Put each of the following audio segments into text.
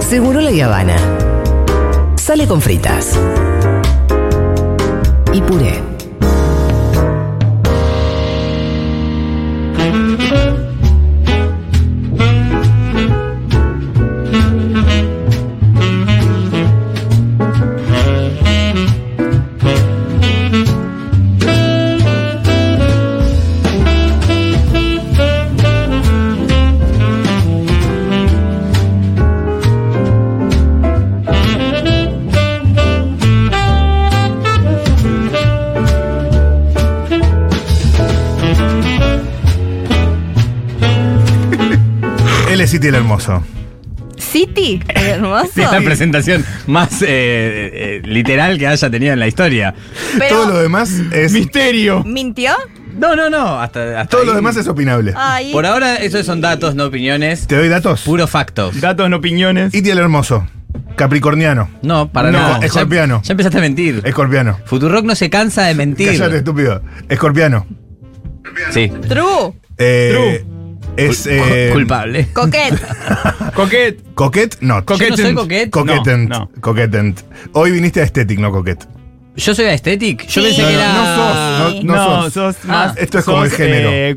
Seguro la Habana. Sale con fritas. Y puré. Él es City el Hermoso. City, el hermoso. Es la presentación más eh, eh, literal que haya tenido en la historia. Pero, Todo lo demás es. Misterio. ¿Mintió? No, no, no. Hasta, hasta Todo lo ahí. demás es opinable. Ay, Por ahora, esos son datos, no opiniones. Te doy datos. Puro factos. Datos, no opiniones. Iti el Hermoso. Capricorniano. No, para No, nada. Ya- escorpiano. Ya, empezaste a mentir. Escorpiano. Futurock no se cansa de mentir. Cállate, estúpido. Escorpiano. Sí. true, Eh, Es. eh, Cu- Culpable. coquet. Ah. Coquet. Coquet, no. Yo no soy Coquetent. coquet. Coquetent. No, Coquetent. Hoy viniste a Aesthetic, no Coquet. Yo soy aesthetic. Yo Sí. pensé No, que no, era. no sos, Eh. No No, sos. sos Ah. más. Esto es como sos, el género. eh,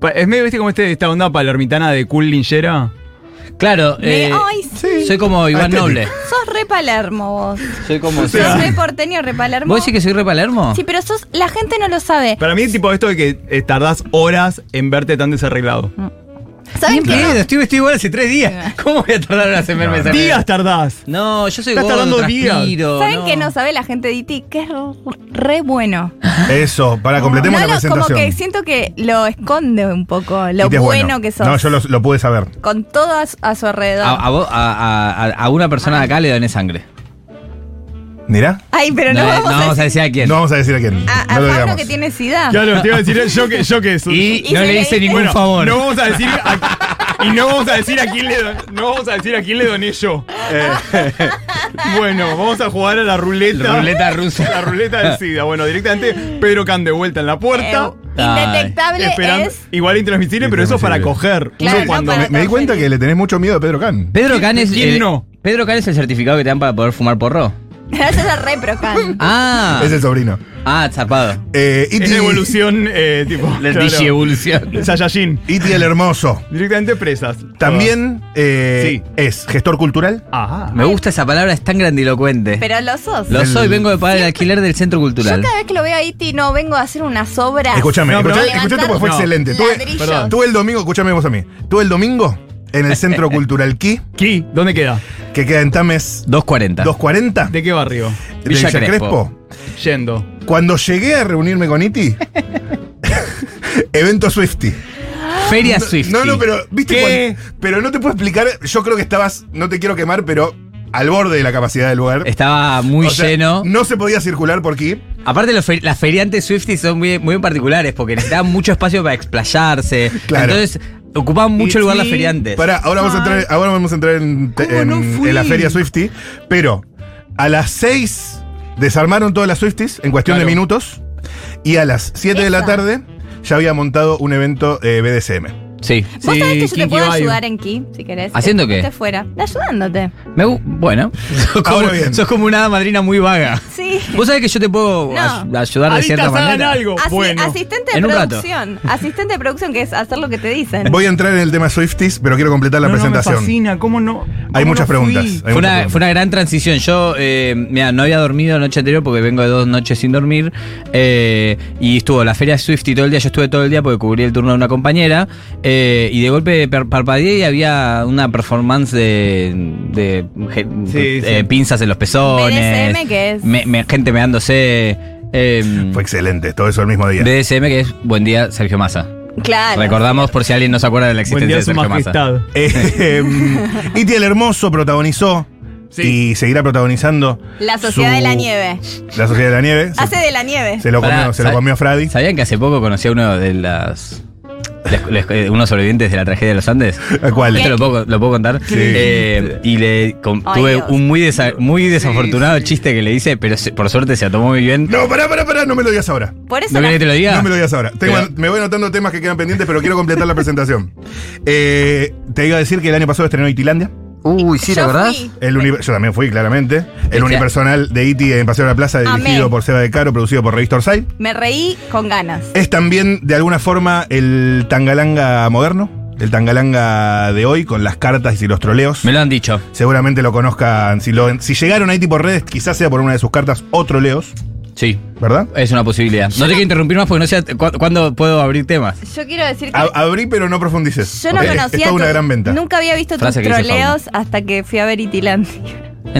pa- es medio, viste, como este, esta onda palermitana de cool linchera. Claro. Me- eh, ay, sí. soy como Iván Aesthetic. Noble. Sos re Palermo vos. Soy como. Sos re porteño, re Palermo. ¿Vos decís que soy re Palermo? Sí, pero sos. La gente no lo sabe. Para mí, tipo, esto de que eh, tardás horas en verte tan desarreglado. ¿Saben Bien, qué? querido, Estoy vestido igual hace tres días. ¿Cómo voy a tardar horas en verme esa Días tardás. No, yo soy Estás gordo, tardando transpiro, ¿Saben que no sabe la gente de Iti? Que es re bueno. Eso, para Ah, completemos No, la no, como presentación. que siento que lo esconde un poco lo Iti bueno, es que sos. No, yo lo, lo pude saber. Con todo a, su- a su alrededor. A, a vos- a- a- a una persona de acá le doné sangre. Mirá. Ay, pero no, eh, vamos a decir. decir a quién. No vamos a decir a quién. A, a no lo Pablo digamos. que tiene Ah. sida. Claro, te iba a decir yo que, yo que Y, Y no se le le hice dice- ningún Bueno, favor. No vamos a decir a- y no vamos a decir a quién le do- no vamos a decir a quién le doné yo. Eh. bueno, vamos a jugar a la ruleta. Ruleta rusa. La ruleta del SIDA. Bueno, directamente Pedro Can de vuelta en la puerta. Eh, indetectable esperando. es. Igual intransmisible, pero eso para coger. Uno Claro, no cuando para- Me, me di cuenta que le tenés mucho miedo a Pedro Can. Pedro Can es. ¿Quién el- no? Pedro Can es el certificado que te dan para poder fumar porro. Gracias a Reprocan. Ah, Es el sobrino. ah, zarpado. Eh, es Iti, evolución, eh, tipo. La claro. digievolución. Saiyajin. Iti el Hermoso. Directamente presas. También eh, Sí. es gestor cultural. Ah. Me gusta esa palabra, es tan grandilocuente. Pero lo sos. Lo El- soy, vengo de pagar el alquiler del centro Yo cultural. cada vez que lo veo a Iti no vengo a hacer unas obras. Escuchame, No, pero- escuchame, escuchame porque fue No. excelente. Tuve, Ah. Ladrillos. perdón, tuve el domingo, escuchame vos a mí. Tuve el domingo en el Centro Cultural Ki, Ki, ¿dónde queda? que queda en Tames 240. 240 de, ¿De qué barrio? Villa Villa Crespo. Yendo. Cuando llegué a reunirme con Iti, evento Swifty. Feria Swift. No, no, pero, ¿viste? ¿Qué? cuando- pero no te puedo explicar. Yo creo que estabas, no te quiero quemar, pero al borde de la capacidad del lugar. Estaba muy O sea, lleno. No se podía circular por Ki. Mm. Aparte, los fe- las feriantes Swifties son muy, muy particulares porque necesitaban mucho espacio para explayarse. Claro. Entonces, ocupaban mucho Y lugar sí, las feriantes. Pará, ahora vamos a entrar, ahora vamos a entrar en, te- ¿Cómo no en- fui? en la feria Swifty, pero a las 6 desarmaron todas las Swifties en cuestión Claro. de minutos y a las 7 de la Esa. tarde ya había montado un evento eh, BDSM. Sí. Vos sabés Sí, que yo te Kinky puedo Vibe. ayudar en Ki, si querés. ¿Haciendo Eh, qué? esté fuera. Ayudándote. Me gu- bueno, sos como, Ahora bien. sos como una hada madrina muy vaga. Sí. Vos sabés que yo te No. puedo ay- ayudar de Adictas, cierta hagan manera. algo. Asi- bueno. Asistente de En un rato. producción. Asistente de producción, que es hacer lo que te dicen. Voy a entrar en el tema Swifties, pero quiero completar la No, no, me presentación. fascina, ¿cómo no? Hay cómo muchas no fui? preguntas. hay Fue muchas una, preguntas. fue una gran transición. Yo, eh, mira, no había dormido la noche anterior porque vengo de dos noches sin dormir. eh, y estuvo la feria Swifty todo el día. Yo estuve todo el día porque cubrí el turno de una compañera. eh, y de golpe par- parpadeé y había una performance de, de ge- Sí, eh, sí. pinzas en los pezones. BDSM, ¿qué es? me- me- gente meándose. eh, Fue excelente, todo eso el mismo día. BDSM, que es Buen Día Sergio Massa. Claro. Recordamos por si alguien no se acuerda de la Buen existencia día, de su Sergio Massa. majestad. Eh, Iti el Hermoso protagonizó Sí. y seguirá protagonizando La Sociedad su- de la Nieve. La Sociedad de la Nieve. Se- Hace de la nieve. Se lo Pará, comió, se lo sa- comió Freddy. ¿Sabían que hace poco conocí a uno de las. les- les- eh, unos sobrevivientes de la tragedia de los Andes? ¿Cuál? Esto lo puedo, lo puedo contar. Sí. Eh, y le con- Ay, tuve Dios. un muy, desa- muy desafortunado chiste que le hice, pero se- por suerte se tomó muy bien. No, pará, pará, pará, no me lo digas ahora. Por eso ¿No la- querés que te lo diga? No me lo digas ahora. Tengo- Pero- me voy anotando temas que quedan pendientes, pero quiero completar la presentación. Eh, te iba a decir que el año pasado estrenó Itilandia. Uy, sí, ¿la Yo verdad? fui. El uni- yo también fui, claramente. El Ese- unipersonal de ITI en Paseo de la Plaza, dirigido Amé. por Seba de Caro, producido por Revista Orsay. Me reí con ganas. Es también, de alguna forma, el tangalanga moderno, el tangalanga de hoy, con las cartas y los troleos. Me lo han dicho. Seguramente lo conozcan. Si, lo, si llegaron a ITI por redes, quizás sea por una de sus cartas o troleos, Sí, ¿verdad? es una posibilidad. No te quiero interrumpir más porque no sé cu- cuándo puedo abrir temas. Yo quiero decir que A- abrí, pero no profundices. yo no Es- conocía. Ah, Es toda una tu- gran venta. Nunca había visto Frase que tus dice troleos hasta que fui a ver E Itilandia. ¿En,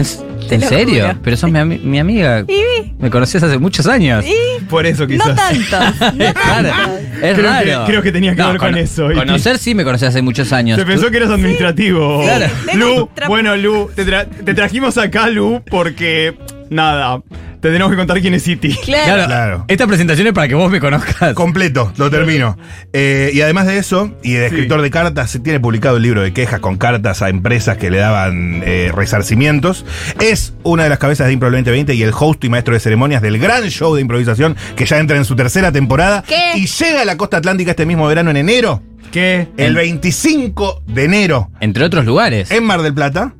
en lo serio? juro. Pero sos mi, ami- mi amiga. Y vi. Me conocías hace muchos años. Por eso No quizás. tantos. Es raro. Es Creo que- raro. creo que tenía que ver con cono- eso, Iti. Conocer sí me conocías hace muchos años. Se Tú- pensó que eras administrativo. Sí, Claro. tengo Lu, tra- bueno, Lu, te, tra- te trajimos acá, Lu, porque nada, te tenemos que contar quién es City. Claro, Claro. Esta presentación es para que vos me conozcas. Completo, lo termino. Eh, y además de eso, y de Sí. escritor de cartas, se tiene publicado el libro de quejas con cartas a empresas que le daban eh, resarcimientos. Es una de las cabezas de Impro 2020 y el host y maestro de ceremonias del gran show de improvisación que ya entra en su tercera temporada ¿Qué? y llega a la costa atlántica este mismo verano en enero, ¿Qué? el 25 de enero, Entre otros lugares. en Mar del Plata.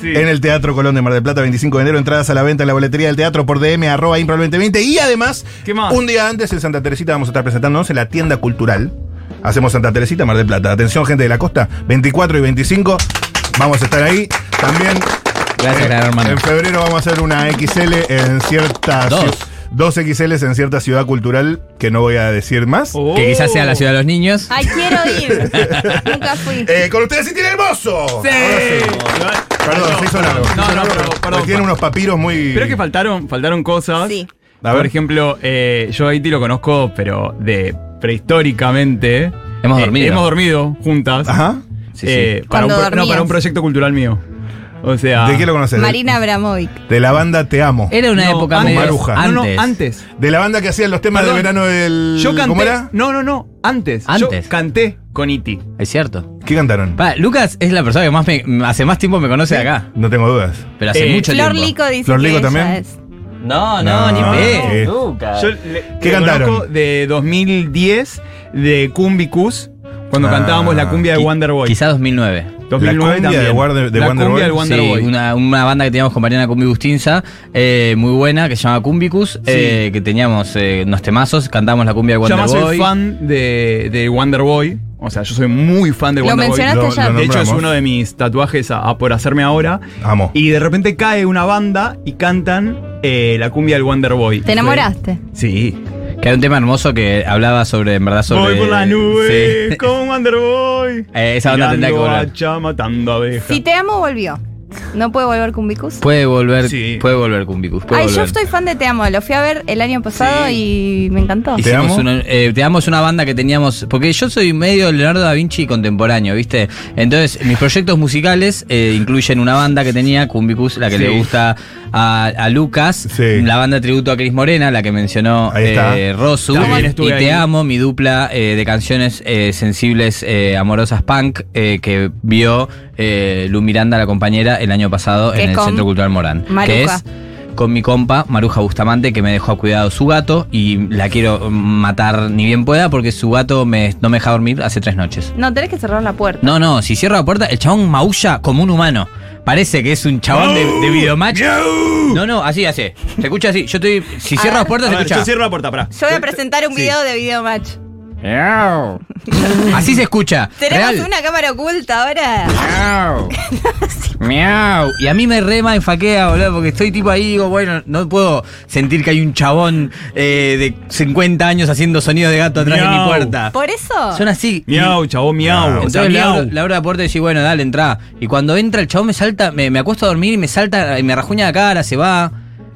Sí. En el Teatro Colón de Mar del Plata, 25 de enero, entradas a la venta en la boletería del teatro por DM arroba Impro 2020. Y además, ¿Qué más? un día antes en Santa Teresita vamos a estar presentándonos en la tienda cultural. Hacemos Santa Teresita, Mar del Plata. Atención, gente de la costa, 24 y 25. Vamos a estar ahí. También eh, Gracias, gran hermano. en febrero vamos a hacer una XL en cierta. Dos. ciu- Dos XLs en cierta ciudad cultural que no voy a decir más. Oh. Que quizás sea la ciudad de los niños. Ay, quiero ir. Nunca fui. Eh, con ustedes, Cintia Hermoso. Sí. Perdón, se hizo largo. No, Se hizo no, largo. pero, perdón. Tiene unos papiros muy. Creo que faltaron, faltaron cosas. Sí. A Por ver. ejemplo, eh, yo a Iti lo conozco, pero de prehistóricamente. Hemos Eh, dormido. hemos dormido juntas. Ajá. Sí, sí. Eh, para, Cuando un pro- no, dormías. para un proyecto cultural mío. O sea. ¿De qué lo conoces? Marina Abramovic. De la banda Te Amo. Era una No, época antes. medio Maruja. Ah, antes. no, no, antes. De la banda que hacían los temas Perdón. de verano del. Yo canté. ¿Cómo era? No, no, no. Antes. Antes. Yo canté con Iti. Es cierto. ¿Qué cantaron? Pa, Lucas es la persona que más me- hace más tiempo me conoce acá. No tengo dudas. Pero hace Eh, mucho Flor tiempo. Lico dice Flor Lico que ella también. es. No, No, no, ni sí. pe. Lucas. Yo le- ¿Qué le cantaron? conozco De 2010, de Cumbicus, cuando Ah. cantábamos la cumbia de Qui- Wonderboy. Quizá 2009. 2009 La cumbia de también. Warde- de la Wonder Boy. cumbia del Wonder Sí, Boy. Una, una banda que teníamos con Mariana Cumbi Bustinza, eh, muy buena, que se llama Cumbicus, eh, que teníamos eh, unos temazos, cantamos la cumbia de yo Wonder más Boy. soy fan de, de Wonder Boy. O sea, yo soy muy fan de Lo Wonder Boy. mencionaste Lo- ya. lo De hecho, es nombramos. uno de mis tatuajes a, a por hacerme ahora. Amo. Y de repente cae una banda y cantan eh, la cumbia del Wonder Boy. ¿Te enamoraste? Sí. Que era un tema hermoso que hablaba sobre, en verdad, sobre. Voy por la nube Sí. con Wonder Boy. Eh, esa onda tendría que Tirando volver. hacha, matando abejas. Si te amo, volvió. ¿No puede volver con Vicus? Puede volver, Sí. puede volver Cumbicus. puede Ay, yo volver. estoy fan de Te Amo. Lo fui a ver el año pasado y me encantó. Y- ¿Te Hicimos amo? Una, eh, te amo es una banda que teníamos. Porque yo soy medio Leonardo da Vinci contemporáneo, ¿viste? Entonces, mis proyectos musicales eh, incluyen una banda que tenía, Cumbicus, la que Sí. le gusta a, a Lucas. Sí. La banda tributo a Cris Morena, la que mencionó Ahí está. eh, Rosu. También Y estuve Te ahí. Amo, mi dupla eh, de canciones eh, sensibles, eh, amorosas punk, eh, que vio eh, Lu Miranda, la compañera, el año pasado Que en el con Centro Cultural Morán. Que Maruja. es con mi compa Maruja Bustamante que me dejó a cuidado su gato y la quiero matar ni bien pueda porque su gato me, no me deja dormir hace tres noches. No, tenés que cerrar la puerta. No, no, si cierro la puerta, el chabón maulla como un humano. Parece que es un chabón de, de videomatch. No, no, así hace. Se escucha así. Yo estoy. Si cierro la puerta, A se ver, yo escucha. cierro la puerta, pará. Yo voy a presentar un Sí. video de Videomatch. Así se escucha. Tenemos Real. una cámara oculta ahora. Miau. Miau. Y a mí me rema enfaquea, boludo, porque estoy tipo ahí y digo, bueno, no puedo sentir que hay un chabón eh, de 50 años haciendo sonido de gato atrás de mi Miau. puerta. Por eso. Son así. Miau, chabón, Ah, miau. O sea, Entonces le miau. abro, le abro la puerta y digo, bueno, dale, entra. Y cuando entra el chabón me salta, me, me acuesto a dormir y me salta, y me rajuña la cara, se va.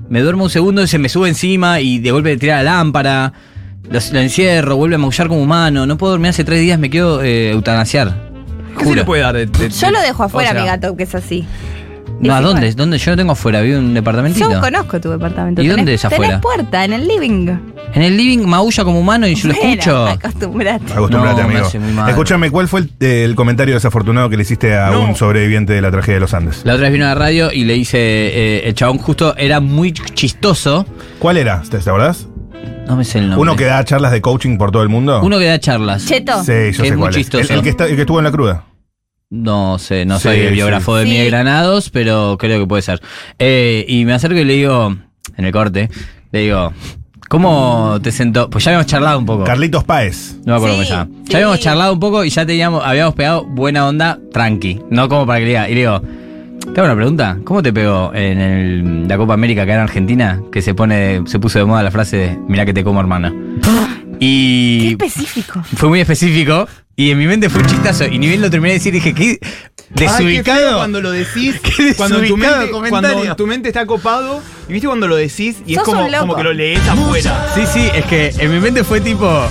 Me duermo un segundo y se me sube encima y de golpe tira la lámpara. Lo, lo encierro, vuelve a maullar como humano. No puedo dormir hace tres días, me quiero eh, eutanasiar. ¿Qué se le puede dar? de- de- Yo lo dejo afuera, o sea, mi gato, que es así. No, ¿a Es dónde? igual. ¿Dónde? Yo no tengo afuera, vivo en un departamentito. Yo conozco tu departamento. ¿Y Tenés- dónde es afuera? Tenés puerta, en el living. En el living maulla como humano y yo lo Bueno, escucho. Acostumbrate. Acostúmbrate, No, me amigo. hace muy mal. Escúchame, ¿cuál fue el, eh, el comentario desafortunado que le hiciste a No. un sobreviviente de la tragedia de los Andes? La otra vez vino a la radio y le hice, eh, el chabón justo era muy chistoso. ¿Cuál era? ¿Te, te acordás? No me sé el nombre. ¿Uno que da charlas de coaching por todo el mundo? Uno que da charlas. Cheto. Sí, yo Que sé es muy cuál es. chistoso. El, el que está- el que estuvo en la cruda. No sé, no soy Sí, el biógrafo de sí. Miguel Sí. Granados, pero creo que puede ser. Eh, y me acerco y le digo, en el corte, le digo, ¿cómo te sentó? Pues ya habíamos charlado un poco. Carlitos Páez. No me acuerdo Sí, cómo se llama. sí. Ya habíamos charlado un poco y ya teníamos, habíamos pegado buena onda, tranqui. No como para que le diga. Y le digo, te hago una pregunta. ¿Cómo te pegó en el- la Copa América acá en Argentina? Que se pone, se puso de moda la frase de mirá que te como hermana. Qué Y específico. fue muy específico. Y en mi mente fue un chistazo. Y ni bien lo terminé de decir, dije, ¿qué? Ay, qué feo Desubicado. cuando lo decís, Qué cuando tu, desubicado mente, comentario. cuando tu mente está copado, y viste cuando lo decís y es Sos como, un loco. como que lo lees afuera. sí, sí, es que en mi mente fue tipo.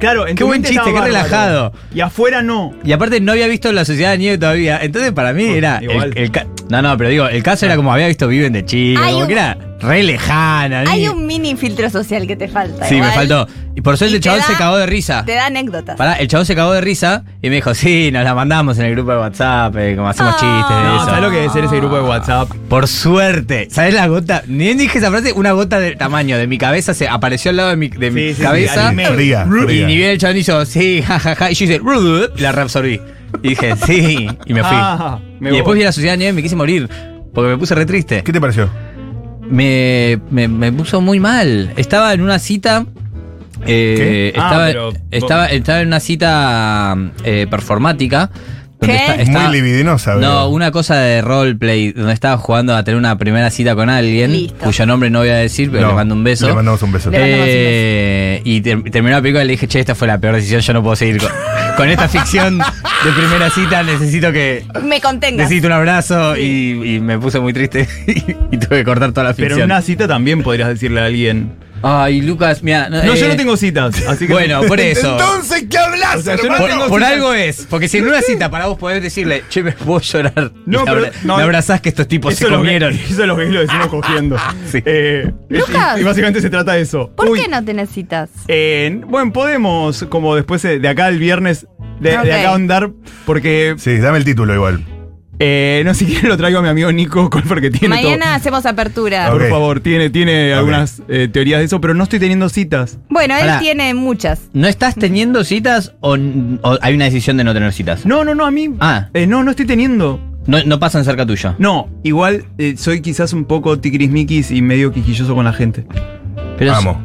Claro, en Qué tu buen mente chiste, estaba qué bárbaro. relajado. Y afuera no. Y aparte no había visto la sociedad de nieve todavía. Entonces para mí era. igual. Ah. El, el ca- no, no, pero digo, el caso era como había visto Viven de Chile, Hay como un- que era re lejana. ni- Hay un mini filtro social que te falta. Sí, me igual. faltó. Y por suerte Y el te chabón da- se cagó de risa. Te da anécdotas. Pará, el chabón se cagó de risa y me dijo, sí, nos la mandamos en el grupo de WhatsApp, eh, como hacemos Ah. chistes de No, eso. ¿sabes lo que debe ser ese grupo de WhatsApp? Por suerte, ¿sabes la gota? Ni bien dije esa frase, una gota de tamaño de mi cabeza se apareció al lado de mi, de mi Sí, sí, sí, cabeza. anime. Fría, y fría. ni bien el chabón hizo, sí, jajaja. Y yo hice, "Ruh", y la reabsorbí. Y dije, sí, y me fui. Ah, me y después voy. vi la sociedad de nieve y me quise morir. Porque me puse re triste. ¿Qué te pareció? Me, me, me puso muy mal. Estaba en una cita. eh, ¿Qué? Ah, estaba, pero vos- estaba, estaba en una cita eh, performática. donde ¿Qué? esta- Muy estaba- Muy libidinosa, no, veo. una cosa de roleplay, donde estaba jugando a tener una primera cita con alguien, Listo. cuyo nombre no voy a decir, pero No, le mando un beso. Le mandamos un beso. Le mandamos un Eh, y ter- terminó la película y le dije, che, esta fue la peor decisión, yo no puedo seguir con, con esta ficción de primera cita, necesito que... Me contengas. Necesito un abrazo y, y me puse muy triste y, tuve que cortar toda la Pero ficción. en una cita también podrías decirle a alguien. Ay, Lucas, mira... No, yo eh, no tengo citas, así que. Bueno, por eso. Entonces, ¿qué hablas, O sea, yo no hermano? tengo Por, por citas. algo es, porque si en una cita para vos podés decirle, che, me puedo llorar. y No, me pero- abra- no, me abrazás que estos tipos se es lo que- comieron. eso es lo que lo decimos cogiendo. Sí. Eh, Lucas. y, y básicamente se trata de eso. ¿Por Uy, qué no tenés citas? eh, bueno, podemos, como después eh, de acá el viernes, de, de Ok. acá andar, porque Sí, dame el título igual. eh, no sé quién lo traigo a mi amigo Nico Colfer, que tiene todo. Mañana hacemos apertura. Ah, Por Ok. favor, tiene, tiene Ok. algunas eh, teorías de eso, pero no estoy teniendo citas. Bueno, él Pará. tiene muchas. ¿No estás teniendo citas o, n- o hay una decisión de no tener citas? No, no, no, a mí. Ah. eh, no, no estoy teniendo. No, no pasan cerca tuyo. No, igual eh, soy quizás un poco tiquismiquis y medio quisquilloso con la gente. Pero, Vamos.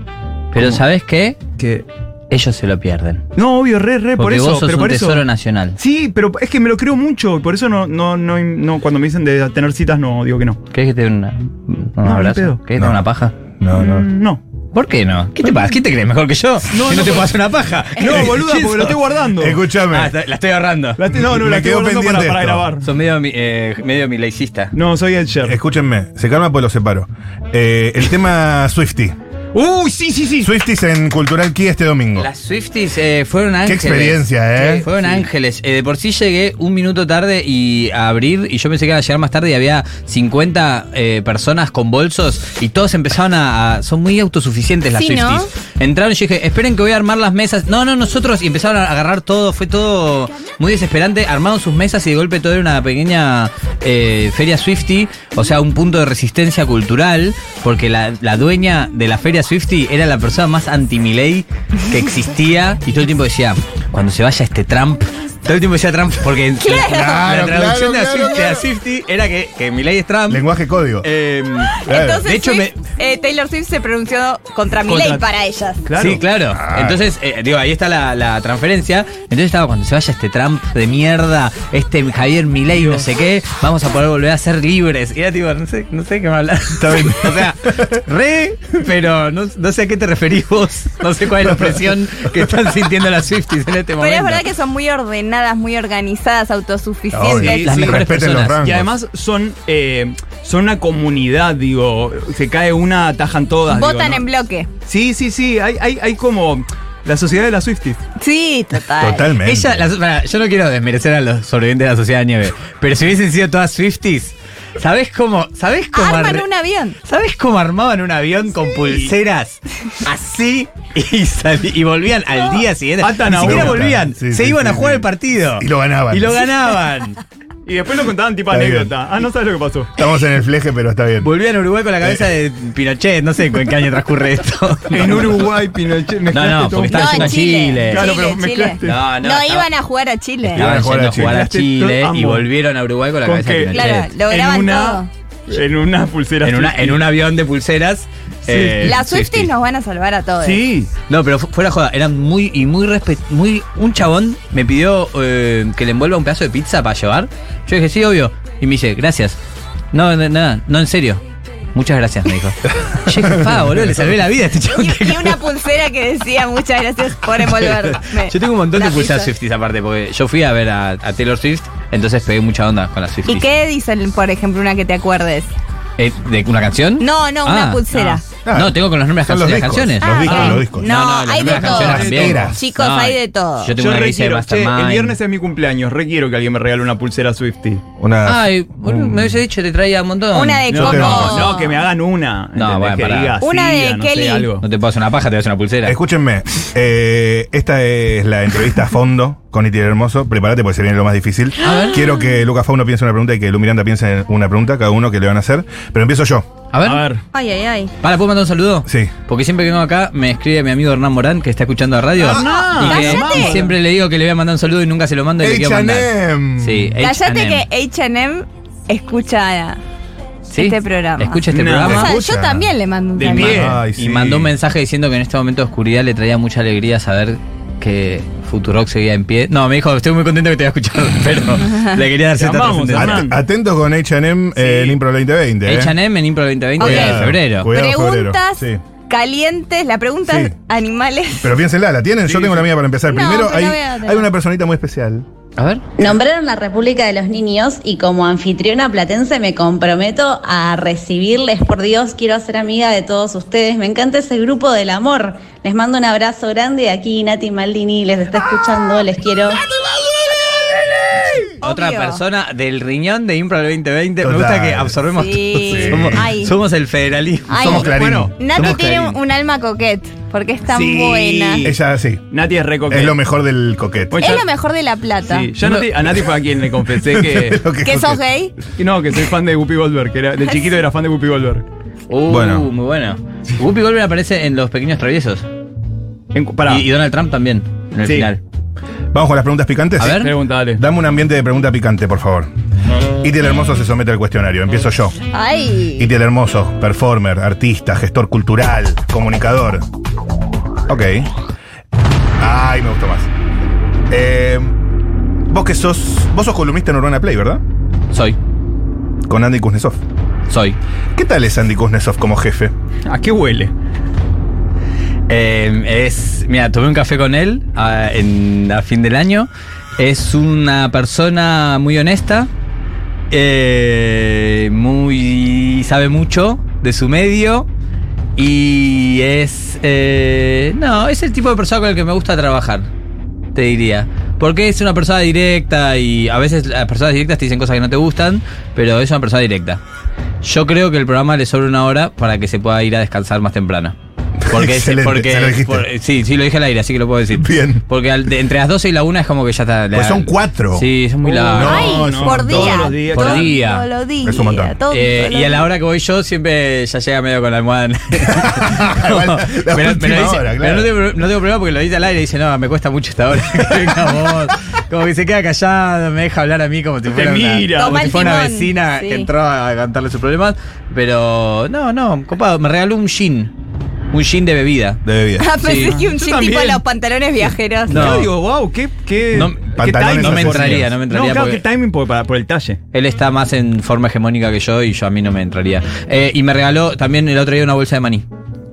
Pero ¿Cómo? ¿sabés qué? Que. Ellos se lo pierden. No, obvio, re, re, por Porque eso. vos sos pero un por eso- tesoro nacional. Sí, pero es que me lo creo mucho, y por eso no, no, no, no, cuando me dicen de tener citas, no, digo que no. ¿Querés que te dé una, un ni abrazo? pedo. ¿Querés que te dé No. una paja? No, no. Mm, No. ¿Por qué no? ¿Qué te pasa? ¿Qué te crees? ¿Mejor que yo? No, no, te pasas una paja. No, boluda, porque lo estoy guardando. Escúchame. Ah, está- la estoy ahorrando. La te- no, no, Me la estoy quedó guardando para, pendiente para esto. grabar. Sos medio, mi- eh, medio milaicista. No, soy el Sher. Escúchenme, se calma pues lo separo. Eh, el tema Swifty. Uy, sí, sí, sí. Swifties en Cultural Key este domingo. Las Swifties eh, fueron ángeles. experiencia, ¿eh? Sí, Fueron ángeles. Eh, de por sí llegué un minuto tarde y a abrir, y yo pensé que iba a llegar más tarde y había 50 eh, personas con bolsos y todos empezaron a. a- son muy autosuficientes las Sí, ¿no? Swifties. Entraron y yo dije, esperen que voy a armar las mesas. No, no, nosotros. Y empezaron a agarrar todo, fue todo muy desesperante. Armaron sus mesas y de golpe todo era una pequeña eh, feria Swifty, o sea, un punto de resistencia cultural, porque la, la dueña de la feria Swifty era la persona más anti-Miley que existía y todo el tiempo decía, cuando se vaya este Trump. Todo el tiempo decía Trump, porque en- la, Claro, claro, traducción de, claro, Swifty, claro. a Swifty era que, que Miley es Trump. Lenguaje código. Em, Claro. Entonces, De hecho, Swift, eh, Taylor Swift se pronunció contra mi Contra- ley para ellas. Claro. Sí, claro. Claro. Entonces, eh, digo, ahí está la, la transferencia. Entonces estaba cuando se vaya este Trump de mierda, este Javier Milei, no sé qué, vamos a poder volver a ser libres. Y era tipo, no sé, no sé qué me hablas. o sea, re, pero no, no sé a qué te referís vos. No sé cuál es la presión que están sintiendo las Swifties en este momento. Pero es verdad que son muy ordenadas, muy organizadas, autosuficientes. sí, las sí, mejores respeten los personas. rangos. Y además son, eh, son una comunidad, digo. Se cae una, atajan todas. digo, Votan ¿no? en bloque. Sí, sí, sí. Hay, hay, hay como la sociedad de las Swifties. Sí, total. Totalmente. Ella, la- pará, yo no quiero desmerecer a los sobrevivientes de la sociedad de nieve, pero si hubiesen sido todas Swifties, ¿sabés cómo? ¿Sabés cómo? Arman arre- un avión. ¿Sabes cómo armaban un avión con pulseras así y, sali- y volvían al día siguiente? Atan Ni a siquiera uno. volvían, Sí, se sí, iban sí, a jugar sí. el partido. Y lo ganaban. Y lo ganaban. Y después nos contaban tipo Está bien. anécdota. Ah, no sabes lo que pasó. Estamos en el fleje, pero está bien. Volví a Uruguay con la cabeza de Pinochet, no sé en qué año transcurre esto. En Uruguay, Pinochet. No, no, porque No, estaba yendo en a Chile. Ah, Chile. Claro, pero Chile, mezclaste. Chile. No, no, No, estaba- iban a jugar a Chile. Claro. Estaban yendo a jugar a Chile y Amo. volvieron a Uruguay con la ¿Con cabeza de qué? Pinochet. Claro, lo graban en todo. una, en una pulsera. en, una, en un avión de pulseras. eh, Las Swifties nos van a salvar a todos. Sí. No, pero fu- fuera joda, eran muy y muy respe- muy un chabón me pidió eh, que le envuelva un pedazo de pizza para llevar. Yo dije, sí, obvio. Y me dice, gracias. No, no, nada, no, en serio. Muchas gracias, me dijo. Che, pa, boludo, le salvé la vida a este chabón. Y, y una pulsera que decía muchas gracias por envolverme. Yo tengo un montón La de pulseras pizza. Swifties aparte, porque yo fui a ver a, a Taylor Swift, entonces pegué mucha onda con las Swifties. ¿Y qué dicen, por ejemplo, una que te acuerdes? Eh, ¿De una canción? No, no, una pulsera. Ah, Ah, No, No, tengo con los nombres de Son las los canciones. discos, las los canciones. discos, los discos. ok. No, las hay de primeras canciones todo. también. Las Chicos, hay de todo. Yo tengo una bici de requiero, che, Mastermind. el viernes es mi cumpleaños. Requiero que alguien me regale una pulsera Swifty. Una. Ay, bueno, me hubiese dicho, te traía un montón. Una de Mm. No coco. te No, no, que me hagan una. No, ¿entendés? bueno, Que pará. diga, Una sí, de no sé, Kelly. algo. No te pagas una paja, te das una pulsera. Escúchenme, eh, esta es la entrevista a fondo con Itiel Hermoso. Prepárate porque se viene lo más difícil. A ver. Quiero que Lucas Fauno piense una pregunta y que Lu Miranda piense en una pregunta, cada uno que le van a hacer. Pero empiezo yo. A ver. A ver. Ay, ay, ay. Para, ¿puedo mandar un saludo? Sí. Porque siempre que vengo acá me escribe mi amigo Hernán Morán, que está escuchando la radio. Ah, Hernán, y, que- cállate. y siempre le digo que le voy a mandar un saludo y nunca se lo mando y le quiero mandar. H&M. Sí, Cállate H&M. que HM escucha. ¿Sí? este programa. Escucha este No. O programa. sea, escucha. yo también le mando un De saludo. pie. Ay, Y sí. mandó un mensaje diciendo que en este momento de oscuridad le traía mucha alegría saber que Futurock seguía en pie. No, me dijo, estoy muy contento que te haya escuchado, pero le quería dar cierta amamos, trascendencia. Hernán. At- atentos con H&M eh, en Impro 2020. eh. H&M en Impro 2020 Cuidado, de febrero. cuidado, febrero. Preguntas Sí. calientes, la pregunta es Sí. animales. Pero piénsenla, ¿la tienen? Yo Sí, tengo la sí. mía para empezar. No, Primero, pero hay, la voy a tener. hay una personita muy especial. A ver. Nombraron la República de los Niños y como anfitriona platense me comprometo a recibirles. Por Dios, quiero ser amiga de todos ustedes. Me encanta ese grupo del amor. Les mando un abrazo grande. Aquí Nati Maldini les está escuchando. Les quiero. Otra Obvio. persona del riñón de Impro 2020. Total. Me gusta que absorbemos Sí. todo. Sí. Somos, Ay. somos el federalismo. Ay. Somos Clarín. Bueno, Nati somos tiene Clarín. un alma coquette, porque es tan Sí. buena. Sí. Ella sí. Nati es recoqueta. Es lo mejor del coquete. Oye, Es yo- lo mejor de La Plata. Sí, yo a Nati- a Nati fue a quien le confesé que. Lo que ¿Que es sos coquete. gay? que No, que soy fan de Whoopi Goldberg. Que era, de chiquito era fan de Whoopi Goldberg. Uh, Bueno. muy bueno. Whoopi Goldberg aparece en Los Pequeños Traviesos. En- pará. Y, y Donald Trump también, en el Sí. final. Vamos con las preguntas picantes. A ver. Pregunta, dale. Dame un ambiente de pregunta picante, por favor. Itiel Hermoso se somete al cuestionario. Empiezo yo. Ay. Itiel Hermoso, performer, artista, gestor cultural, comunicador. Ok. Ay, me gustó más. Eh, vos que sos. Vos sos columnista en Urbana Play, ¿verdad? Soy. Con Andy Kuznetsov. Soy. ¿Qué tal es Andy Kuznetsov como jefe? ¿A qué huele? Eh, es. Mira, tomé un café con él a, en- a fin del año. Es una persona muy honesta. eh, muy. sabe mucho de su medio. Y es. eh, no, es el tipo de persona con el que me gusta trabajar. Te diría. Porque es una persona directa y a veces las personas directas te dicen cosas que no te gustan, pero es una persona directa. Yo creo que el programa le sobra una hora para que se pueda ir a descansar más temprano. Porque, es- Excelente, porque se lo dijiste. por- sí, sí lo dije al aire, así que lo puedo decir. Bien. Porque al- de- entre las 12 y la 1 es como que ya está. la- Pues son cuatro. Sí, es muy Uh, largo. no, Ay, no, por todos día. los días, Por todo- día. Todos los días. Es un montón. todo- Eh, todos y a la los hora que voy yo siempre ya llega medio con la almohada. en- Igual, la pero, pero última dice- hora, pero claro. no, tengo, pro- no tengo problema porque lo dice al aire y dice, no, me cuesta mucho esta hora. que venga vos. Como que se queda callado, me deja hablar a mí como si fuera una, mira. como Toma si el fuera una timón, vecina sí. que entró a contarle sus problemas. Pero no, no, copado, me regaló un gin. Un gin de bebida. De bebida. Ah, pensé Sí. que un shit Yo tipo también. los pantalones viajeros. No. Yo digo, wow, qué. qué No, qué pantalones timing. No me Esas entraría, cosas. no me No, entraría. claro que porque- el timing por, para- por el talle. Él está más en forma hegemónica que yo y yo a mí no me entraría. Eh, y me regaló también el otro día una bolsa de maní.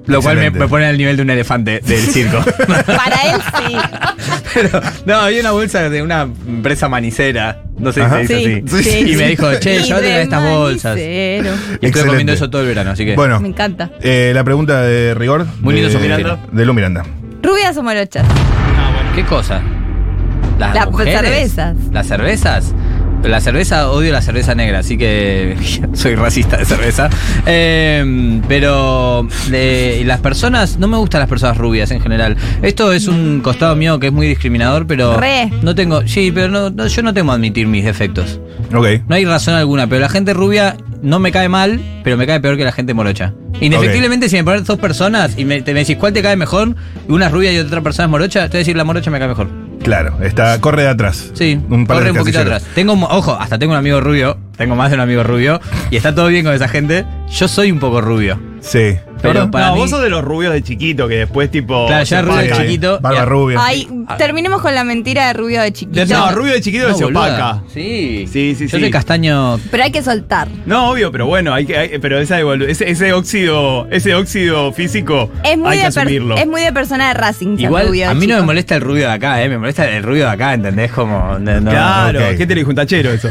Lo cual me, Excelente. me pone al nivel de un elefante del circo. Para él sí. Pero, no, había una bolsa de una empresa manicera. No sé si Ajá. se dice Sí, así. sí, y sí. me dijo, che, Y yo de te estas bolsas. Y manicero. estuve Excelente. comiendo eso todo el verano, así que. Bueno, Me encanta. eh, la pregunta de rigor. Muy lindo de, sos Miranda. De Lu Miranda. ¿Rubias o morochas? ¿Qué cosa? Las Las mujeres? cervezas. ¿Las cervezas? La cerveza, odio la cerveza negra, así que soy racista de cerveza. Eh, pero de- las personas, no me gustan las personas rubias en general. Esto es un costado mío que es muy discriminador, pero Re. no tengo, sí, pero no, no- yo no temo a admitir mis defectos. Ok. No hay razón alguna, pero la gente rubia no me cae mal, pero me cae peor que la gente morocha. Indefectiblemente, si me pones dos personas y me, te, me decís cuál te cae mejor, y una es rubia y otra persona es morocha, te voy a decir la morocha me cae mejor. Claro, está, corre de atrás. Sí, Un par corre de un poquito casilleros. atrás. Tengo, un- ojo, hasta tengo un amigo rubio, tengo más de un amigo rubio, y está todo bien con esa gente. Yo soy un poco rubio. Sí. Pero no, para mí- vos sos de los rubios de chiquito que después tipo. Claro, ya se rubio de opaca. Sí. chiquito. Barba Bien. rubia. Ay, terminemos con la mentira de rubio de chiquito. De- no, rubio de chiquito que se boluda. opaca. Sí. Sí, sí, Yo sí. soy castaño. Pero hay que soltar. No, obvio, pero bueno, hay que, hay- pero esa evolu- ese, ese óxido, ese óxido físico Es muy, hay que de per- asumirlo. es muy de persona de Racing. ser Igual, rubio de a mí no me chico. molesta el rubio de acá, ¿eh? Me molesta el rubio de acá, ¿entendés? Como. no- no- claro, ok. ¿qué te dijo un tachero eso?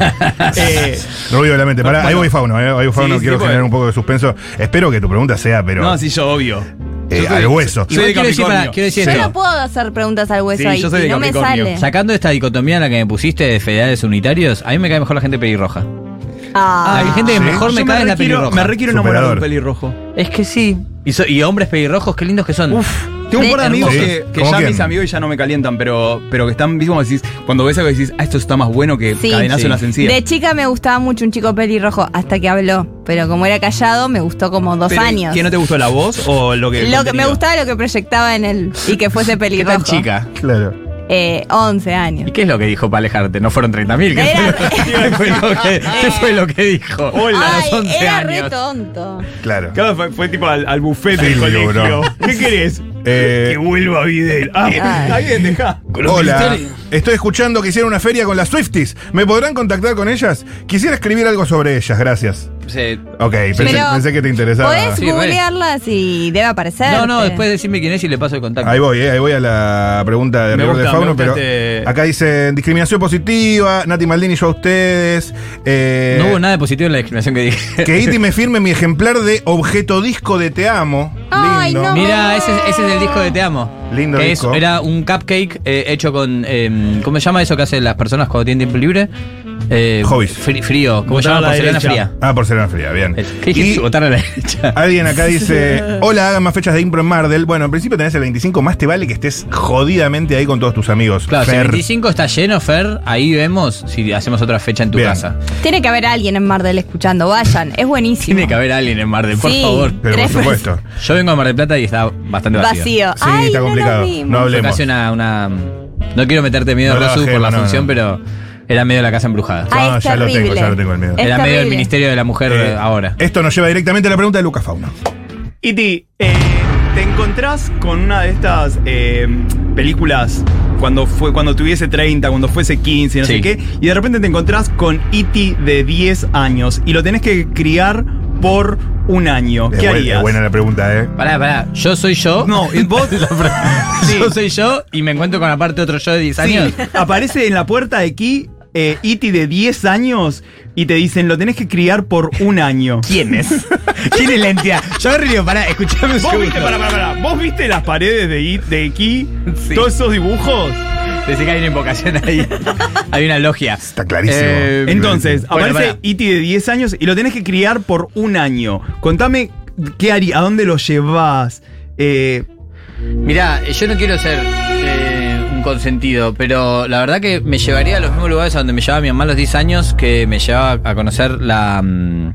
Eh, Rubio de la mente. Pará, ahí voy fauno, eh, ahí voy fauno, Sí, sí, quiero porque- generar un poco de suspenso. Espero que tu pregunta sea, pero no, sí, yo obvio. eh, al hueso. Igual quiero soy de decir, Capricornio. pará, quiero decir Yo esto. no puedo hacer preguntas al hueso Sí, ahí. yo soy de y no me Capricornio. sale. Sacando esta dicotomía en la que me pusiste de federales unitarios, a mí me cae mejor la gente pelirroja. Ah. la gente que Sí. mejor me Yo cae es la requiero- pelirroja. Me requiero enamorar de un Superador. pelirrojo. Es que sí. Y, so- y hombres pelirrojos, qué lindos que son. Uf, tengo un Sí, par de amigos hermoso. que, Sí, que ¿cómo ya quién? mis amigos ya no me calientan, pero, pero que están, ¿viste? Como decís, cuando ves algo decís, ah, esto está más bueno que Sí. cadenazo Sí. en las encías. De chica me gustaba mucho un chico pelirrojo hasta que habló. Pero como era callado, me gustó como dos Pero, años. ¿Qué no te gustó la voz o lo que.? el lo que me contenido? gustaba lo que proyectaba en él y que fuese ¿Qué pelirrojo. tan chica? Claro. Eh, 11 años. ¿Y qué es lo que dijo para alejarte? No fueron 30.000. ¿Qué, Era fue, lo que, qué fue lo que dijo? Hola, a Ay, los 11 era re años. tonto. Claro. Claro, fue, fue tipo al, al buffet Sí, del digo, bro. colegio. ¿Qué querés? Eh, que vuelva Videl. Ah, está bien, deja. Hola, estoy escuchando que hicieron una feria con las Swifties. ¿Me podrán contactar con ellas? Quisiera escribir algo sobre ellas, gracias. Sí. Ok, pensé, Pero- pensé que te interesaba. Podés Sí, re. googlearlas y debe aparecer. No, no, después decime quién es y le paso el contacto. Ahí voy, eh, ahí voy a la pregunta de Me rigor de gusta, me Fauno, gusta pero este- acá dicen discriminación positiva, Nati Maldini, yo a ustedes. eh, no hubo nada de positivo en la discriminación que dije. Que Iti me firme mi ejemplar de objeto disco de Te Amo. Ay, Lindo. no. Mira, ese, es- ese es el disco de Te Amo. Lindo que disco. Es, era un cupcake eh, hecho con. eh, ¿Cómo se llama eso que hacen las personas cuando tienen tiempo libre? Eh, Hobbies. fri- frío. ¿Cómo Botar se a llama? la Porcelana derecha. fría. Ah, porcelana fría, bien. Es- ¿Qué Y dijiste? Botar a la derecha. Alguien acá dice, hola, hagan más fechas de impro en Mardel. Bueno, en principio tenés el 25, más te vale que estés jodidamente ahí con todos tus amigos. Claro, si Fer. el 25 está lleno, Fer, ahí vemos si hacemos otra fecha en tu Bien. casa. Tiene que haber alguien en Mar del escuchando. Vayan, es buenísimo. Tiene que haber alguien en Mar del, por Sí. favor. Pero por tres supuesto. Yo vengo a Mar del Plata y está bastante vacío. vacío. Sí, Ay, está no lo complicado. No, vimos. Fue hablemos. casi una, una- No quiero meterte miedo, No lo Rosu, por bajemos, la no, función, no. pero era medio la casa embrujada. Ay, No, es ya lo tengo, terrible. ya lo tengo el miedo. Ah, Es era medio el terrible. Ministerio de la Mujer Eh, eh, ahora. Esto nos lleva directamente a la pregunta de Lucas Fauna. Iti, eh, te encontrás con una de estas eh, películas cuando fue cuando tuviese 30, cuando fuese 15, no Sí. sé qué, y de repente te encontrás con Iti de 10 años y lo tenés que criar por un año. Es ¿Qué bu- harías? es buena la pregunta, ¿eh? Pará, pará. Yo soy yo. No, y vos Sí. Yo soy yo y me encuentro con aparte otro yo de 10 Sí, años. aparece en la puerta de aquí eh, Iti de 10 años y te dicen lo tenés que criar por un año. ¿Quién es? ¿Quién es la entidad? Yo agarro y digo, pará, escuchame un ¿Vos segundo. viste, pará, pará, pará, ¿Vos viste las paredes de, It- de aquí? Sí. Todos esos dibujos. Decí que hay una invocación ahí. hay una logia. Está clarísimo. Eh, Entonces, Bueno, aparece pará. Iti de 10 años y lo tenés que criar por un año. Contame qué haría, a dónde lo llevas. Eh, Mirá, yo no quiero ser eh, un consentido, pero la verdad que me llevaría a los mismos lugares a donde me llevaba mi mamá a los 10 años, que me llevaba a conocer la, mm,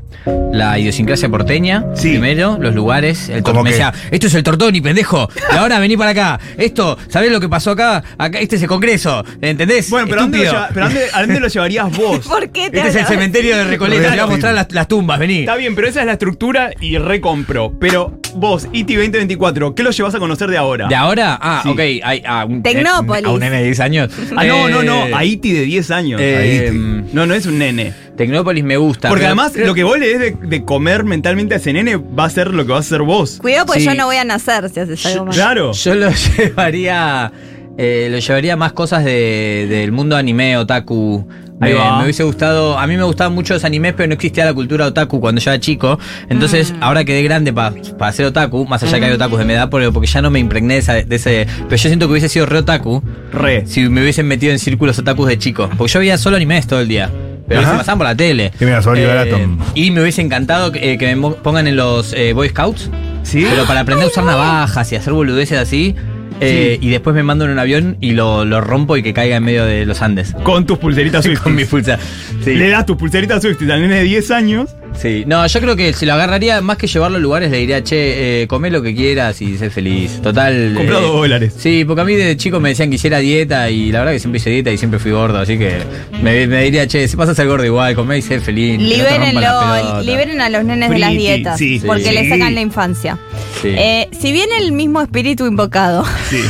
la idiosincrasia porteña. Sí. Primero, los lugares. El ¿Cómo tor- me qué? decía, esto es el tortoni, pendejo. Y ahora vení para acá. Esto, ¿sabés lo que pasó acá? acá este es el congreso. ¿Entendés? bueno, pero, ¿a dónde lo, Estúpido. lleva- pero ¿a dónde- ¿a dónde lo llevarías vos? ¿Por qué te Este es el hablabas? cementerio de Recoleta. Te voy a mostrar las, las tumbas, vení. Está bien, pero esa es la estructura y recompro. Pero vos, Iti 2024, ¿qué lo llevas a conocer de ahora? ¿De ahora? Ah, Sí. ok. Hay, a un, Tecnópolis. A un nene de 10 años. Ah, no, no, Eh, no, a Iti de 10 años. eh, Haití. No, no es un nene. Tecnópolis me gusta. Porque pero- además, lo que vos le des de, de comer mentalmente a ese nene va a ser lo que va a ser vos. Cuidado, pues Sí. yo no voy a nacer si haces algo más. Claro. Yo lo llevaría. eh, lo llevaría más cosas de- del mundo anime, otaku. Me, Ahí va. me hubiese gustado. A mí me gustaban mucho los animes, pero no existía la cultura otaku cuando yo era chico. Entonces, ahora quedé grande para ser otaku, más allá que hay otakus de mi edad, porque, porque ya no me impregné de, esa- de ese. Pero yo siento que hubiese sido re otaku Re. si me hubiesen metido en círculos otakus de chico. Porque yo veía solo animes todo el día. Pero Ajá. se pasaban por la tele. Eh, Y mira, Sol y Baratom. y me hubiese encantado que, eh, que me mo- pongan en los eh, Boy Scouts. ¿Sí? Pero para aprender a usar navajas y hacer boludeces así. eh, y después me mando en un avión y lo, lo rompo y que caiga en medio de los Andes. Con tus pulseritas Swifties. Con mi pulsa. Sí. Le das tus pulseritas Swifties al nene de 10 años. Sí, no, yo creo que si lo agarraría, más que llevarlo a lugares, le diría, che, eh, comé lo que quieras y sé feliz. Total. Comprá eh, dos dólares. Sí, porque a mí de chico me decían que hiciera dieta y la verdad que siempre hice dieta y siempre fui gordo, así que me, me diría, che, si vas a ser gordo igual, comé y sé feliz. que no te rompan la Libérenlo, pelota". liberen a los nenes de las Friti, dietas, sí, porque sí. le sacan la infancia. Sí. Eh, si viene el mismo espíritu invocado, Sí.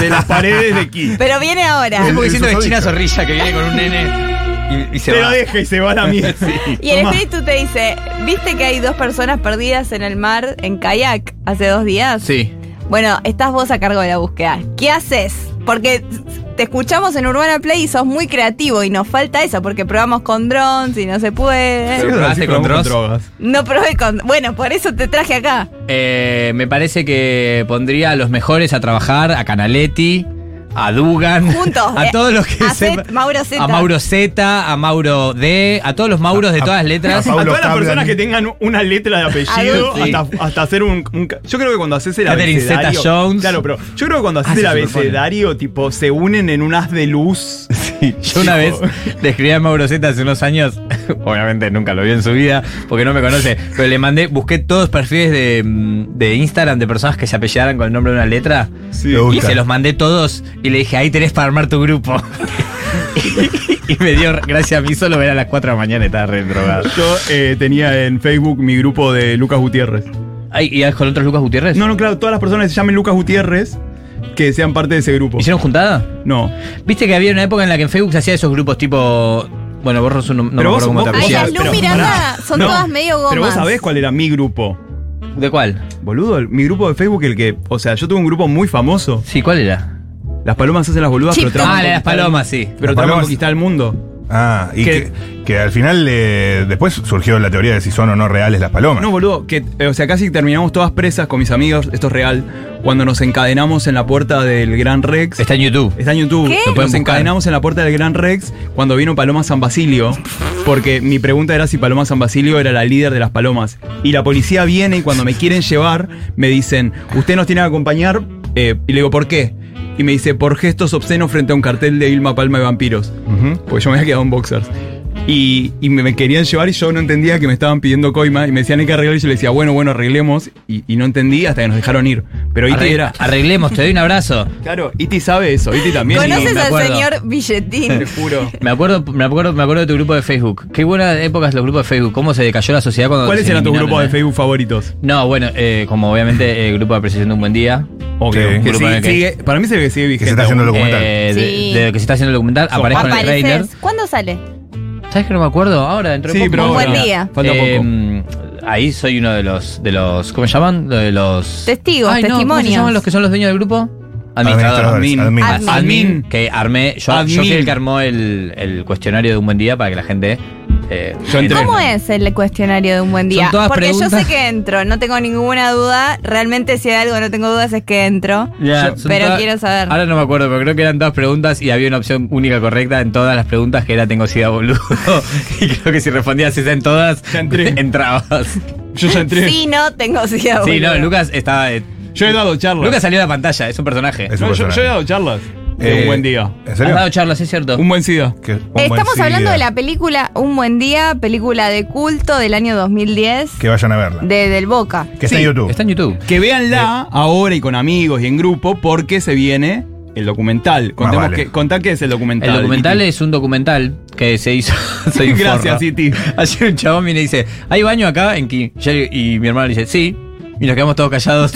De las paredes de Ki. pero viene ahora. Es como El- el diciendo de susodicho. China Zorrilla que viene con un nene y, y se Te va. lo deja y se va a la mierda. Y el Tomá. espíritu te dice, ¿viste que hay dos personas perdidas en el mar en kayak hace dos días? Sí. Bueno, estás vos a cargo de la búsqueda. ¿Qué haces? Porque te escuchamos en Urbana Play y sos muy creativo y nos falta eso porque probamos con drones y no se Sí, puede. probaste sí, con probamos Dross? drogas. No probé con... Bueno, por eso te traje acá. Eh, me parece que pondría a los mejores a trabajar, a Canaletti, a Dugan, Juntos, a eh, todos los que a sepa- Zet- Mauro Zeta. a Mauro Z, a Mauro D, a todos los Mauros de A- todas letras. a Pablo a todas las Cablan. personas que tengan una letra de apellido, Sí. hasta, hasta hacer un, un ca- Yo creo que cuando haces el Catherine abecedario. Zeta-Jones. Claro, pero yo creo que cuando haces Ah, sí, el se superpone. abecedario, tipo, se unen en un haz de luz. Yo una vez le escribí a Mauro Z hace unos años, obviamente nunca lo vio en su vida, porque no me conoce, pero le mandé, busqué todos perfiles de, mm, de Instagram de personas que se apellidaran con el nombre de una letra. Sí. Me gusta. Y se los mandé todos y le dije, ahí tenés para armar tu grupo. y me dio, gracias a mí, solo ver a las 4 de la mañana y estaba re drogado. Yo eh, tenía en Facebook mi grupo de Lucas Gutiérrez. Ay, ¿Y con otros Lucas Gutiérrez? No, no, claro, todas las personas que se llamen Lucas Gutiérrez que sean parte de ese grupo. ¿Hicieron juntada? No. Viste que había una época en la que en Facebook se hacía esos grupos tipo. Bueno, vos Rosu, no, no me Pero vos- acuerdo cómo te vos- Ay, Oye, las apellidabas. vos- Luz pero Miranda son No, todas medio gomas. Pero vos sabés cuál era mi grupo. ¿De cuál? Boludo, el- mi grupo de Facebook, el que. O sea, yo tuve un grupo muy famoso. Sí, ¿cuál era? Las palomas hacen las boludas, Chip pero Tom. tratan Ah, de la de las conquistar- palomas, sí. Pero Las tratan de palomas- conquistar el mundo. Ah, y Que- que, que al final eh, después surgió la teoría de si son o no reales las palomas. No, boludo, que. eh, O sea, casi terminamos todas presas con mis amigos, esto es real. Cuando nos encadenamos en la puerta del Gran Rex. Está en YouTube. Está en YouTube. ¿Qué? Lo pueden Nos buscar. encadenamos en la puerta del Gran Rex cuando vino Paloma San Basilio, porque mi pregunta era si Paloma San Basilio era la líder de las palomas. Y la policía viene y cuando me quieren llevar, me dicen, usted nos tiene que acompañar. eh, y le digo, ¿por qué? Y me dice, por gestos obscenos frente a un cartel de Ilma Palma y Vampiros. Ujú. Porque yo me había quedado en boxers. Y, y me, me querían llevar y yo no entendía que me estaban pidiendo coima. Y me decían, hay que arreglar. Y yo le decía, bueno, bueno, arreglemos. Y, y no entendí hasta que nos dejaron ir. Pero Iti Arre- era... Arreglemos, te doy un abrazo. Claro, Iti sabe eso. Iti también. y- ¿Conoces me al acuerdo. señor Billetín? Te juro. Me acuerdo, me acuerdo, me acuerdo de tu grupo de Facebook. Qué buenas épocas los grupos de Facebook. ¿Cómo se decayó la sociedad cuando ¿Cuáles se eran tus eliminaron, grupos de eh? Facebook favoritos? No, bueno, eh, como obviamente el grupo de apreciación de un buen día. Obvio. Sí. Que Grupo sigue- en el que- sigue- para mí se ve que sigue que vigente. se está haciendo el aún. documental. eh, de- Sí. de, lo que se está haciendo el documental, aparezco en el Reiner. Apareces. ¿Cuándo sale? ¿Sabes que no me acuerdo? Ahora, dentro de Sí, poco. pero Un buen ahora- día. Falta poco. Eh, Ahí soy uno de los, de los. ¿Cómo se llaman? De los. Testigos, Ay, no, ¿Cómo testimonios. se llaman los que son los dueños del grupo? Administrador. Administradores, admin. admin. Admin. Admin, que armé. Yo, yo fui Admin. el que armó el, el cuestionario de un buen día para que la gente. eh, Yo entré. entre. ¿Cómo es el cuestionario de un buen día? Son todas Porque yo preguntas- sé que entro, no tengo ninguna duda. Realmente si hay algo que no tengo dudas es que entro. Ya, Yo- son pero todas- quiero saber. Ahora no me acuerdo, pero creo que eran todas preguntas y había una opción única correcta en todas las preguntas que era tengo sida boludo. y creo que si respondías esa en todas, Ya entré. entrabas. Yo ya entré. Sí, no tengo sida. Sí, no, Ah, boludo. Lucas estaba. eh, Yo he dado charlas. Lucas salió a la pantalla, es un personaje. Es No, un yo, personaje. yo he dado charlas. De Eh, un buen día. ¿En Has serio? dado charlas, es cierto. Un buen SIDA. Que- un buen Estamos sí, hablando eh, de la película Un Buen Día, película de culto del año 2010 Que vayan a verla. de Del Boca. que está sí, en YouTube. Está en YouTube. Que véanla eh. ahora y con amigos y en grupo porque se viene el documental. Contemos vale. que, contá qué es el documental. El documental Iti. es un documental que se hizo. soy un Gracias, forro. Iti. Ayer un chabón viene y dice, ¿hay baño acá? En Ki? Yo- y mi hermano le dice, sí. Y nos quedamos todos callados.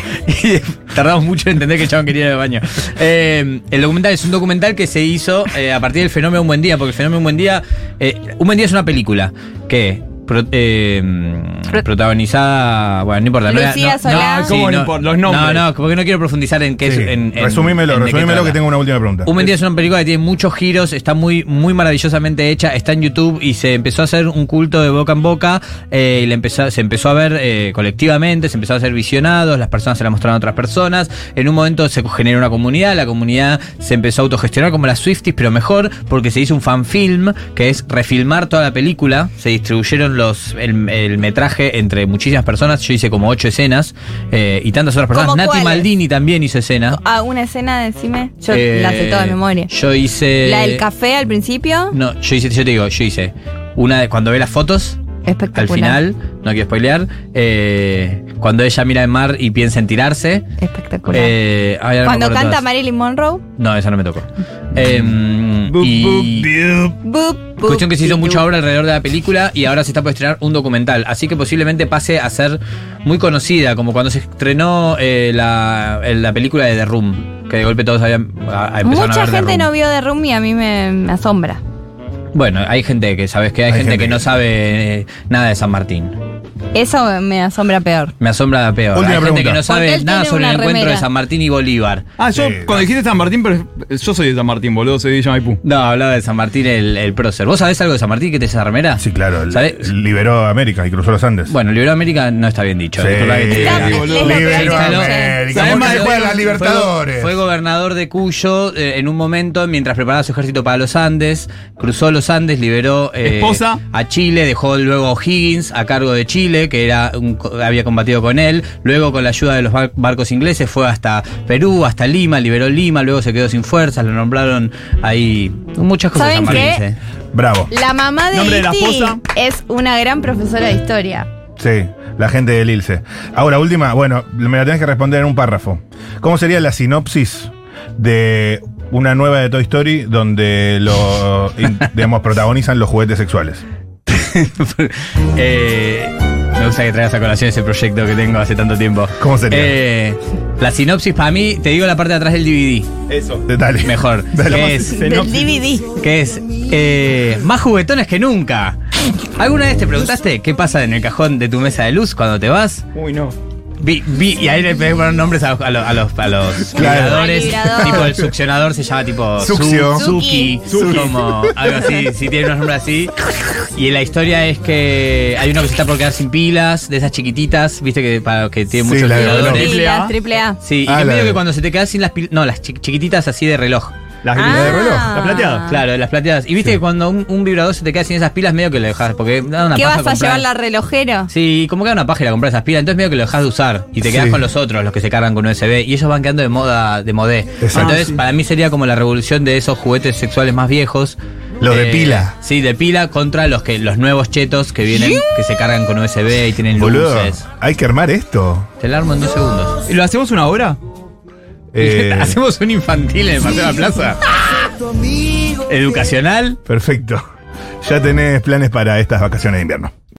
y tardamos mucho en entender que el chabón quería ir al baño. Eh, el documental es un documental que se hizo eh, a partir del fenómeno Un Buen Día, porque el fenómeno Un Buen Día. eh, un Buen Día es una película que. pro- eh, Pro- protagonizada. Bueno, no importa. no era- Lucía no, Solá. no, ¿Cómo no importa? Los nombres. No, no, porque no quiero profundizar en qué es. Sí. en- en- resumímelo, en de qué resumímelo que trata. tengo una última pregunta. Un buen día es una película que tiene muchos giros, está muy, muy maravillosamente hecha, está en YouTube y se empezó a hacer un culto de boca en boca, eh, y le empezó- se empezó a ver eh, colectivamente, se empezó a hacer visionados, las personas se la mostraron a otras personas, en un momento se generó una comunidad, la comunidad se empezó a autogestionar como las Swifties, pero mejor porque se hizo un fan film, que es refilmar toda la película, se distribuyeron los, el, el metraje entre muchísimas personas. Yo hice como ocho escenas eh, y tantas otras personas. ¿Cómo Nati cuáles? Maldini también hizo escena. Ah, una escena, decime. Yo Eh, la sé toda de memoria. Yo hice. la del café al principio. No, yo hice, yo te digo, yo hice. Una de cuando ve las fotos, espectacular. al final, no quiero spoilear. eh, cuando ella mira el mar y piensa en tirarse. Espectacular. eh, ay, ahora no me Cuando acuerdo canta Mm. todas. Marilyn Monroe. No, esa no me tocó. Em, Bup, y- bup, biup. Boop, boop, Cuestión que se hizo boop, mucha boop. obra alrededor de la película y ahora se está por estrenar un documental. Así que posiblemente pase a ser muy conocida, como cuando se estrenó eh, la, el- la película de The Room, que de golpe todos habían a- a- empezaron a Mucha ver The gente Room. no vio de Room y a mí me, me asombra. Bueno, hay gente que sabes que hay, Hay gente, gente que no que- sabe eh, nada de San Martín. Eso me asombra peor. Me asombra peor. Última hay pregunta. gente que no ¿Por qué sabe él nada tiene sobre el una encuentro de remera? San Martín y Bolívar. Ah, yo Sí, cuando no. dijiste San Martín, pero yo soy de San Martín, boludo, soy de Villa Maipú. No, hablaba de San Martín el, el prócer. ¿Vos sabés algo de San Martín que te esa remera? Sí, claro. el- ¿Sabés? Liberó a América y cruzó los Andes. Bueno, Liberó América no está bien dicho. Sí. Disculpa que te diga. Está- boludo. es lo que Liberó hay que a hacer. América. ¿Sabés ¿Por más qué de- se juegan las fue- Libertadores? Fue gobernador de Cuyo eh, en un momento mientras preparaba su ejército para los Andes, cruzó los Andes, liberó eh, Esposa. a Chile, dejó luego a O'Higgins a cargo de Chile, que era un co- había combatido con él, luego con la ayuda de los bar- barcos ingleses fue hasta Perú, hasta Lima, liberó Lima, luego se quedó sin fuerzas, lo nombraron ahí muchas cosas. ¿Saben amarillas, eh. Bravo. La mamá de Nombre de la E.T. esposa. es una gran profesora de historia. Sí, la gente del ILSE. Ahora, última, bueno, me la tenés que responder en un párrafo. ¿Cómo sería la sinopsis de una nueva de Toy Story donde lo, in- digamos, protagonizan los juguetes sexuales? eh. Eh, me gusta que traigas a colación ese proyecto que tengo hace tanto tiempo. ¿Cómo sería? Eh, la sinopsis para mí, te digo la parte de atrás del DVD. Eso. Dale. Mejor. Dale. Que es, Del DVD. que es eh, más juguetones que nunca. ¿Alguna vez te preguntaste qué pasa en el cajón de tu mesa de luz cuando te vas? Uy, no. Vi, vi- y ahí le pegué poner nombres a, a los, a los, a los Claro. vibradores. Al vibrador. Tipo el succionador se llama tipo Su- Succio. Suki. Suki. Como algo así, si tiene unos nombres así. Y la historia es que hay uno que se está por quedar sin pilas, de esas chiquititas, viste que, para, que tiene Sí, muchos la de reloj. Y vibradores. Triple A. las triple A. Sí, y Ah, la que medio de- que cuando se te quedas sin las pilas. No, las chi- chiquititas así de reloj. Las Ah. grillas de reloj. La plateada. Claro, de las plateadas. Y viste que cuando un, un vibrador se te queda sin esas pilas, medio que lo dejas. Porque da una ¿Qué paja vas a comprar- llevar la relojero? Sí, como que da una paja ir a comprar esas pilas, entonces medio que lo dejas de usar y te quedas Sí. con los otros, los que se cargan con USB, y ellos van quedando de moda, de modé. Exacto. Entonces, Ah, sí. para mí sería como la revolución de esos juguetes sexuales más viejos. Eh, Los de pila. Sí, de pila contra los que los nuevos chetos que vienen, que se cargan con USB y tienen Boludo, luces. hay que armar esto. Te la armo en dos segundos. ¿Lo hacemos una hora? Eh, ¿Hacemos un infantil en el Paseo de la Plaza? ¿Educacional? perfecto. Ya tenés planes para estas vacaciones de invierno.